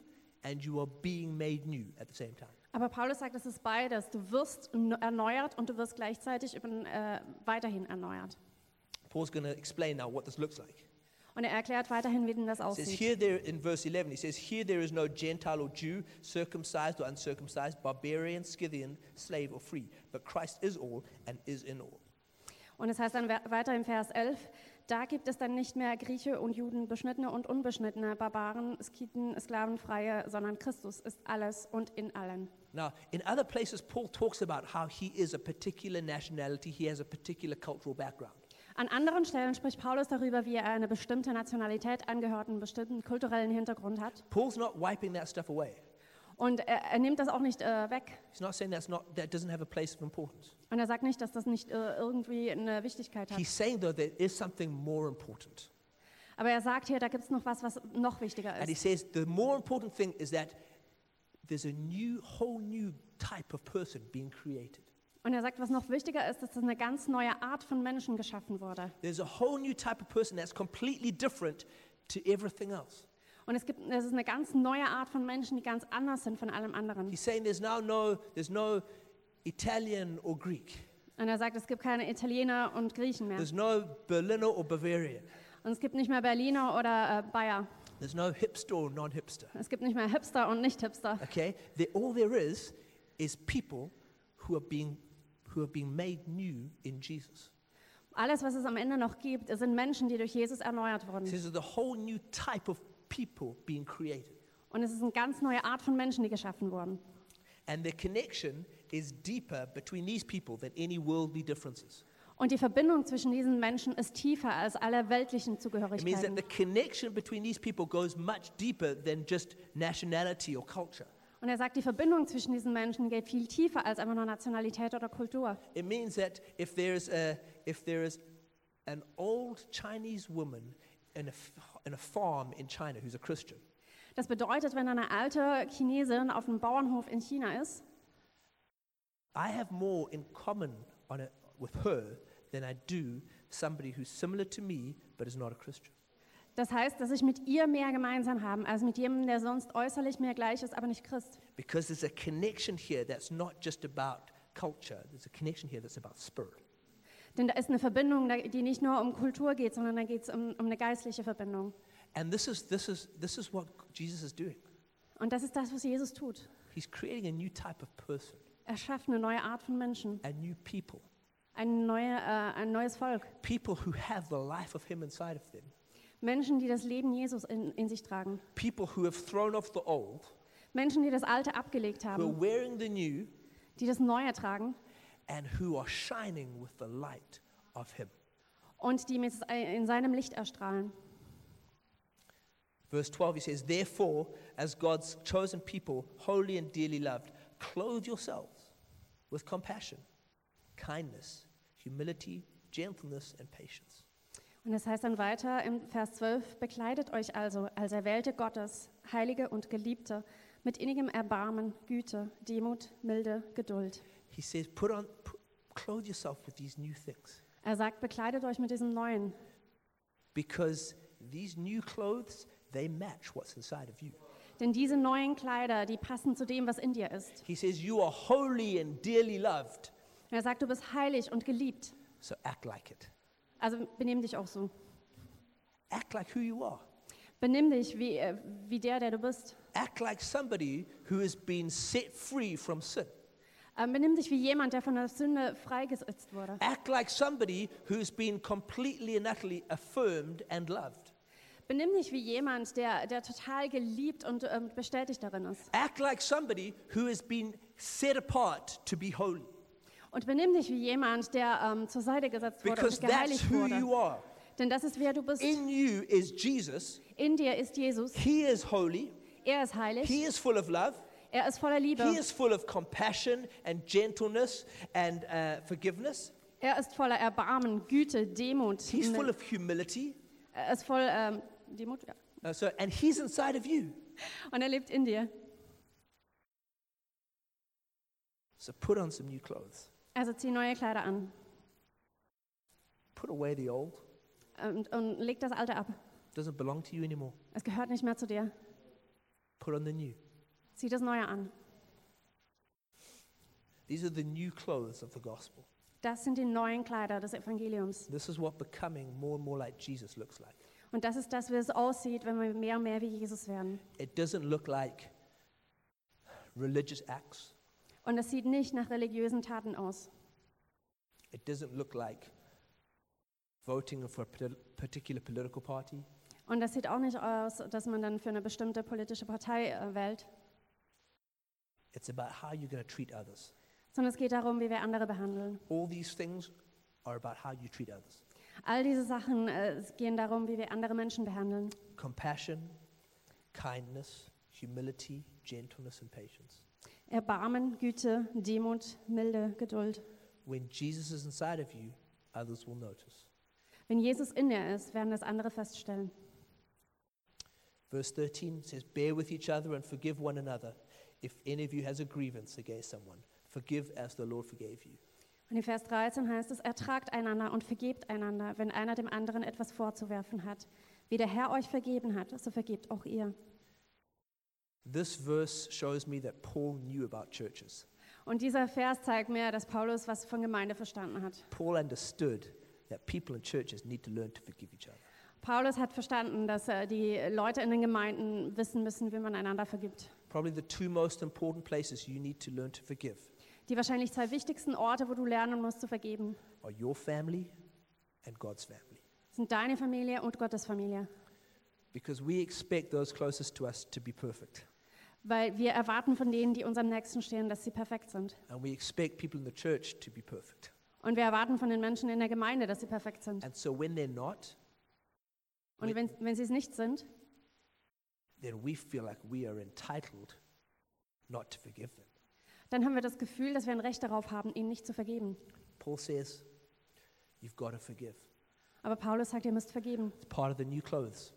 S1: and you are being made new at the same time.
S2: Aber Paulus sagt, es ist beides. Du wirst n- erneuert und du wirst gleichzeitig eben, äh, weiterhin erneuert.
S1: Paul's going to explain now what this looks like.
S2: Und er erklärt weiterhin, wie denn das
S1: It says
S2: aussieht.
S1: here there in verse 11, he says, Here there is no Gentile or Jew, circumcised or uncircumcised, barbarian, Scythian, slave or free, but Christ is all and is in all.
S2: Und es heißt dann we- weiter im Vers 11, da gibt es dann nicht mehr Grieche und Juden, Beschnittene und Unbeschnittene, Barbaren, Skiten, Sklavenfreie, sondern Christus ist alles und in allen.
S1: Now, in other places, Paul talks about how he is a particular nationality, he has a particular cultural background.
S2: An anderen Stellen spricht Paulus darüber, wie er einer bestimmten Nationalität angehört, einen bestimmten kulturellen Hintergrund hat.
S1: Paul's not wiping that stuff away.
S2: Und er, er nimmt das auch nicht äh, weg.
S1: He's not saying that's not, that doesn't have a place of importance.
S2: Und er sagt nicht, dass das nicht äh, irgendwie eine Wichtigkeit hat.
S1: He's saying, though, there is something more important.
S2: Aber er sagt hier, da gibt es noch was, was noch wichtiger
S1: And he
S2: ist.
S1: says, the more important thing is that there's a new, whole new type of person being created.
S2: Und er sagt, was noch wichtiger ist, dass das eine ganz neue Art von Menschen geschaffen wurde.
S1: There's a whole new type of person that's completely different to everything else.
S2: Und es gibt, es ist eine ganz neue Art von Menschen, die ganz anders sind von allem anderen.
S1: He's saying there's now no, there's no Italian or Greek.
S2: Und er sagt, es gibt keine Italiener und Griechen mehr.
S1: There's no Berliner or Bavarian.
S2: Und es gibt nicht mehr Berliner oder äh, Bayer.
S1: There's no hipster or non-hipster.
S2: Es gibt nicht mehr Hipster und Nicht-Hipster.
S1: Okay? The, all there is is people who are being who are being made new in Jesus.
S2: Alles, was es am Ende noch gibt, sind Menschen, die durch Jesus erneuert wurden.
S1: This is a whole new type of people being created.
S2: Und es ist eine ganz neue Art von Menschen, die geschaffen wurden.
S1: And the connection is deeper between these people than any worldly differences.
S2: Und die Verbindung zwischen diesen Menschen ist tiefer als alle weltlichen
S1: It means that
S2: Zugehörigkeiten.
S1: the connection between these people goes much deeper than just nationality or culture.
S2: Und er sagt, die Verbindung zwischen diesen Menschen geht viel tiefer als einfach nur Nationalität oder Kultur.
S1: It means that if there is, a, if there is an old Chinese woman in a, f- in a farm in China who's a Christian,
S2: Das bedeutet, wenn eine alte Chinesin auf einem Bauernhof in China ist,
S1: I have more in common on a, with her than I do somebody who's similar to me but is not a Christian.
S2: das heißt, dass ich mit ihr mehr gemeinsam habe als mit jemandem, der sonst äußerlich mir gleich ist, aber nicht Christ.
S1: Because there's a connection here that's not just about culture, there's a connection here that's about spirit.
S2: Denn da ist eine Verbindung, da- die nicht nur um Kultur geht, sondern da geht es um, um eine geistliche Verbindung.
S1: And this is, this, is, this is what Jesus is doing.
S2: Und das ist das, was Jesus tut.
S1: He's creating a new type of person,
S2: Er schafft eine neue Art von Menschen,
S1: a new people.
S2: eine neue, äh, ein neues Volk.
S1: People who have the life of Him inside of them.
S2: Menschen, die das Leben Jesus in, in sich tragen.
S1: People who have thrown off the old,
S2: Menschen, die das Alte abgelegt
S1: who are
S2: haben,
S1: wearing the new,
S2: die das Neue tragen
S1: and who are shining with the light of Him.
S2: und die mit in seinem Licht erstrahlen.
S1: Verse 12, he says, Therefore, as God's chosen people, holy and dearly loved, clothe yourselves with compassion, kindness, humility, gentleness, and patience.
S2: Und es heißt dann weiter im Vers 12, bekleidet euch also als Erwählte Gottes, Heilige und Geliebte, mit innigem Erbarmen, Güte, Demut, Milde, Geduld.
S1: He says, Put on, put, clothe yourself with these new things
S2: Er sagt, bekleidet euch mit diesem Neuen,
S1: because these new clothes, they match what's inside of you.
S2: denn diese neuen Kleider, die passen zu dem, was in dir ist.
S1: He says, You are holy and dearly loved,
S2: Und er sagt, du bist heilig und geliebt,
S1: so act like it.
S2: also benimm dich auch so.
S1: Act like who you are.
S2: Benimm dich wie, äh, wie der, der du bist.
S1: Act like somebody who has been set free from sin.
S2: Ähm, benimm dich wie jemand, der von der Sünde freigesetzt wurde.
S1: Act like somebody who's been completely and utterly affirmed and loved.
S2: Benimm dich wie jemand, der, der total geliebt und ähm, bestätigt darin ist.
S1: Act like somebody who has been set apart to be holy.
S2: Und benimm dich wie jemand, der ähm, zur Seite gesetzt wurde
S1: Because
S2: und
S1: that's
S2: geheiligt
S1: who you
S2: wurde.
S1: are.
S2: Denn das ist, wer du bist.
S1: In you is Jesus.
S2: In dir ist Jesus.
S1: He is holy.
S2: Er ist heilig.
S1: He is full of love.
S2: Er ist voller
S1: He
S2: Liebe.
S1: is full of compassion and gentleness and uh, forgiveness.
S2: Er ist voller Erbarmen, Güte, Demut.
S1: He's full of humility.
S2: Er ist voll ähm, Demut. Ja.
S1: Uh, so, and He's inside of you.
S2: Und er lebt in dir.
S1: So put on some new clothes.
S2: Also zieh neue Kleider an
S1: Put away the old.
S2: und, Ähm, und leg das Alte ab.
S1: Doesn't belong to you anymore.
S2: Es gehört nicht mehr zu dir.
S1: Put on the new.
S2: Zieh das Neue an.
S1: These are the new clothes of the gospel.
S2: Das sind die neuen Kleider des Evangeliums.
S1: This is what becoming more and more like Jesus looks like.
S2: Und das ist das, wie es aussieht, wenn wir mehr und mehr wie Jesus werden.
S1: It doesn't look like religious acts,
S2: Und es sieht nicht nach religiösen Taten aus.
S1: it doesn't look like voting for a parti- particular political party,
S2: Und das sieht auch nicht aus, dass man dann für eine bestimmte politische Partei äh, wählt,
S1: it's about how you're going to treat others.
S2: sondern es geht darum, wie wir andere behandeln.
S1: All these things are about how you treat others
S2: All diese Sachen äh, es gehen darum, wie wir andere Menschen behandeln.
S1: compassion, kindness, humility, gentleness, and patience.
S2: Erbarmen, Güte, Demut, Milde, Geduld.
S1: When Jesus is inside of you, others will notice.
S2: Wenn Jesus in dir ist, werden das andere feststellen.
S1: Verse 13 says, Bear with each other and forgive one another. If any of you has a grievance against someone, forgive as the Lord forgave you.
S2: Und in Vers 13 heißt es, ertragt einander und vergebt einander, wenn einer dem anderen etwas vorzuwerfen hat. Wie der Herr euch vergeben hat, so vergebt auch ihr.
S1: This verse shows me that Paul knew about churches.
S2: Und dieser Vers zeigt mir, dass Paulus was von Gemeinde verstanden hat.
S1: Paul understood that people in churches need to learn to forgive each other.
S2: Paulus hat verstanden, dass äh, die Leute in den Gemeinden wissen müssen, wie man einander vergibt.
S1: Probably the two most important places you need to learn to forgive
S2: Die wahrscheinlich zwei wichtigsten Orte, wo du lernen musst zu vergeben,
S1: are your family and God's family.
S2: sind deine Familie und Gottes Familie.
S1: Because we expect those closest to us to be perfect.
S2: Weil wir erwarten von denen, die uns am nächsten stehen, dass sie perfekt sind.
S1: And we expect people in the church to be perfect.
S2: Und wir erwarten von den Menschen in der Gemeinde, dass sie perfekt sind.
S1: And so when they're not,
S2: Und wenn, wenn sie es nicht sind,
S1: then we feel like we are entitled not to forgive them.
S2: dann haben wir das Gefühl, dass wir ein Recht darauf haben, ihnen nicht zu vergeben.
S1: Paul says, You've got to forgive.
S2: Aber Paulus sagt, ihr müsst vergeben.
S1: It's part of the new clothes,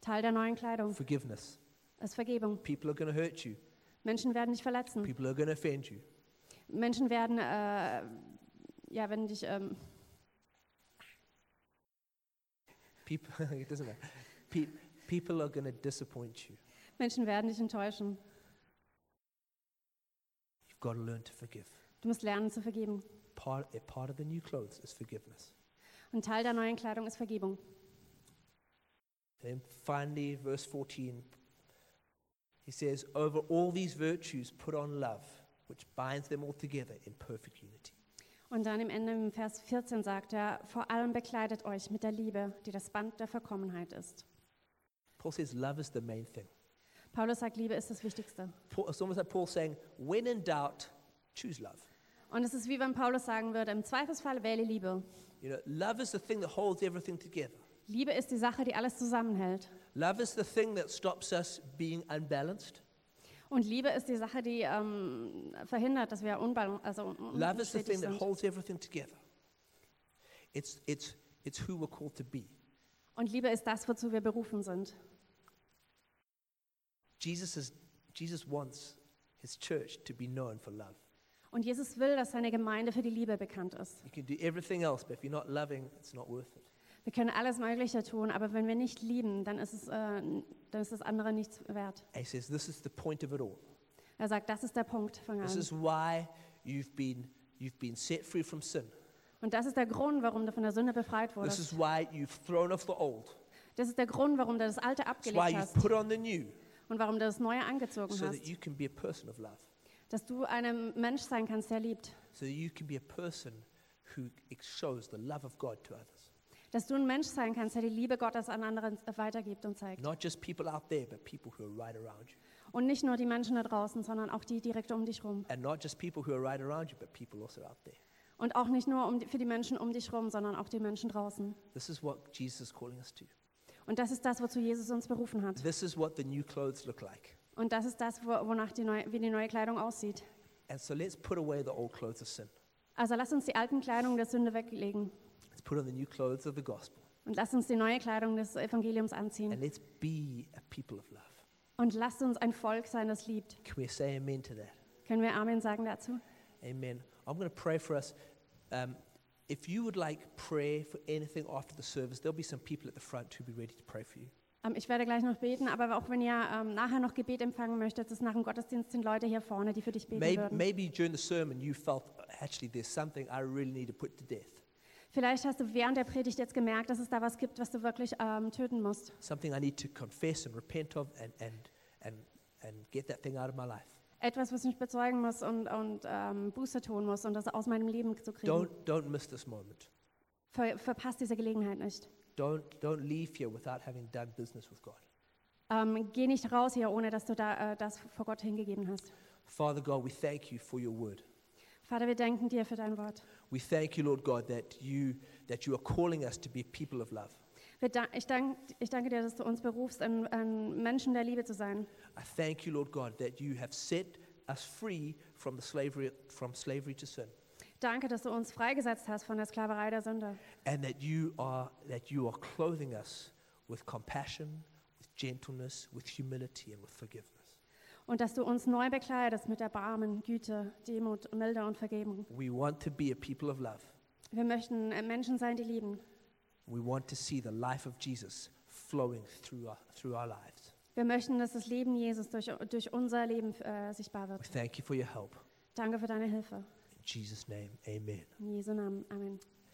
S2: Teil der neuen Kleidung
S1: forgiveness.
S2: ist Vergebung.
S1: People are going to hurt you,
S2: Menschen werden dich verletzen.
S1: people are going to offend you.
S2: Menschen werden, äh, ja, wenn dich, ähm,
S1: People, it doesn't matter. Pe- people are going to disappoint you.
S2: Menschen werden dich enttäuschen.
S1: You've got to learn to forgive.
S2: Du musst lernen zu vergeben.
S1: Part, a part of the new clothes is forgiveness.
S2: Und Teil der neuen Kleidung ist Vergebung.
S1: And finally, verse 14, he says, Over all these virtues put on love, which binds them all together in perfect unity.
S2: Und dann im Ende im Vers 14 sagt er, vor allem bekleidet euch mit der Liebe, die das Band der Vollkommenheit ist.
S1: Paul says, Love is the main thing.
S2: Paulus sagt, Liebe ist das Wichtigste.
S1: Paul, it's almost like Paul saying, When in doubt, choose love.
S2: Und es ist wie wenn Paulus sagen würde, im Zweifelsfall wähle Liebe.
S1: You know, love is the thing that holds everything together.
S2: Liebe ist die Sache, die alles zusammenhält.
S1: Love is the thing that stops us being unbalanced.
S2: Und Liebe ist die Sache, die ähm, verhindert, dass wir unbalanciert also un-
S1: Love is the
S2: unstetig
S1: thing that
S2: sind.
S1: holds everything together. It's, it's, it's who we're called to be.
S2: Und Liebe ist das, wozu wir berufen sind.
S1: Jesus, is, Jesus wants his church to be known for love.
S2: Und Jesus will, dass seine Gemeinde für die Liebe bekannt ist.
S1: You can do everything else, but if you're not loving, it's not worth it.
S2: Wir können alles Mögliche tun, aber wenn wir nicht lieben, dann ist, es, äh, dann ist das andere nichts wert.
S1: And he says, This is the point of it all.
S2: Er sagt, das ist der Punkt, fang
S1: This
S2: an.
S1: is why you've been, you've been set free from sin.
S2: Und das ist der Grund, warum du von der Sünde befreit
S1: This is
S2: wurdest.
S1: why you've thrown off the old.
S2: Das ist der Grund, warum du das Alte
S1: It's why
S2: abgelegt
S1: you've
S2: hast
S1: put on the new
S2: und warum du das Neue angezogen
S1: so that
S2: hast.
S1: you can be a person of love,
S2: Dass du ein Mensch sein kannst, der liebt.
S1: so that you can be a person who ex- shows the love of God to others.
S2: Dass du ein Mensch sein kannst, der die Liebe Gottes an anderen weitergibt und zeigt.
S1: Not just people out there, but people who are right around you.
S2: Und nicht nur die Menschen da draußen, sondern auch die direkt um dich rum.
S1: And not just people who are right around you, but people also out there.
S2: Und auch nicht nur um die, für die Menschen um dich rum, sondern auch die Menschen draußen.
S1: This is what Jesus is calling us to.
S2: Und das ist das, wozu Jesus uns berufen hat.
S1: This is what the new clothes look like.
S2: Und das ist das, wo- wonach die neue, wie die neue Kleidung aussieht.
S1: And so let's put away the old clothes of sin.
S2: Also lass uns die alten Kleidung der Sünde weglegen
S1: Let's put on the new clothes of the gospel.
S2: und lass uns die neue Kleidung des Evangeliums anziehen.
S1: And let's be a people of love.
S2: Und lasst uns ein Volk sein, das liebt.
S1: Can we say amen to that?
S2: Können wir Amen sagen dazu?
S1: Amen. I'm going to pray for us. Um, if you would like prayer for anything after the service, there'll be some people at the front who'll be ready to pray for you.
S2: Ähm, ich werde gleich noch beten, aber auch wenn ihr ähm, nachher noch Gebet empfangen möchtet, ist nach dem Gottesdienst sind Leute hier vorne, die für dich beten
S1: Maybe,
S2: würden.
S1: maybe during the sermon you felt, actually, there's something I really need to put to death.
S2: Vielleicht hast du während der Predigt jetzt gemerkt, dass es da was gibt, was du wirklich ähm, töten musst.
S1: Something I need to confess and repent of and, and, and, and get that thing out of my life.
S2: Etwas, was ich bezeugen muss und, und ähm, Buße tun muss und das aus meinem Leben zu kriegen.
S1: Don't, don't miss this moment.
S2: Ver, verpasst diese Gelegenheit nicht.
S1: Don't, don't leave here without having done business with God.
S2: Ähm, geh nicht raus hier, ohne dass du da, äh, das vor Gott hingegeben hast.
S1: Father God, we thank you for your word.
S2: Vater, wir danken dir für dein Wort.
S1: We thank you, Lord God, that you, that you are calling us to be people of love.
S2: Wir da, ich, dank, ich danke dir, dass du uns berufst, ein, ein Menschen der Liebe zu sein.
S1: I thank you, Lord God, that you have set us free from, the slavery, from slavery to sin
S2: Danke, dass du uns freigesetzt hast von der Sklaverei der Sünde
S1: and that you, are, that you are clothing us with compassion, with gentleness, with humility, and with forgiveness.
S2: und dass du uns neu bekleidest mit Erbarmen, Güte, Demut, Milde und Vergebung.
S1: We want to be a people of love.
S2: Wir möchten äh, Menschen sein, die lieben.
S1: We want to see the life of Jesus flowing through our, through our lives.
S2: Wir möchten, dass das Leben Jesus durch, durch unser Leben äh, sichtbar
S1: We
S2: wird.
S1: thank you for your help.
S2: Danke für deine Hilfe.
S1: In Jesus' name, amen.
S2: In Jesu Namen. Amen.